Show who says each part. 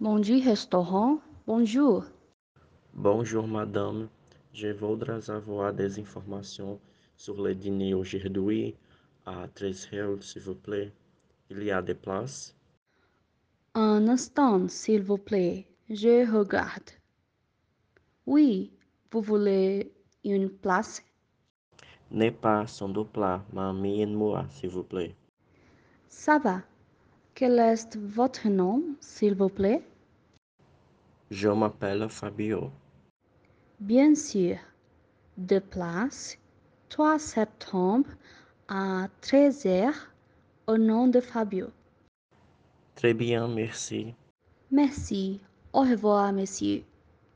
Speaker 1: Bonjour restaurant. Bonjour.
Speaker 2: Bonjour madame, je voudrais avoir des informations sur le dîner aujourd'hui à 13 heures s'il vous plaît. Il y a des places?
Speaker 1: Un instant, s'il vous plaît. Je regarde. Oui, vous voulez une place?
Speaker 2: N'est pas son plat, mamie et moi s'il vous plaît.
Speaker 1: Ça va. Quel est votre nom, s'il vous plaît?
Speaker 2: Je m'appelle Fabio.
Speaker 1: Bien sûr. Deux places. 3 septembre à 13h au nom de Fabio.
Speaker 2: Très bien, merci.
Speaker 1: Merci. Au revoir, monsieur.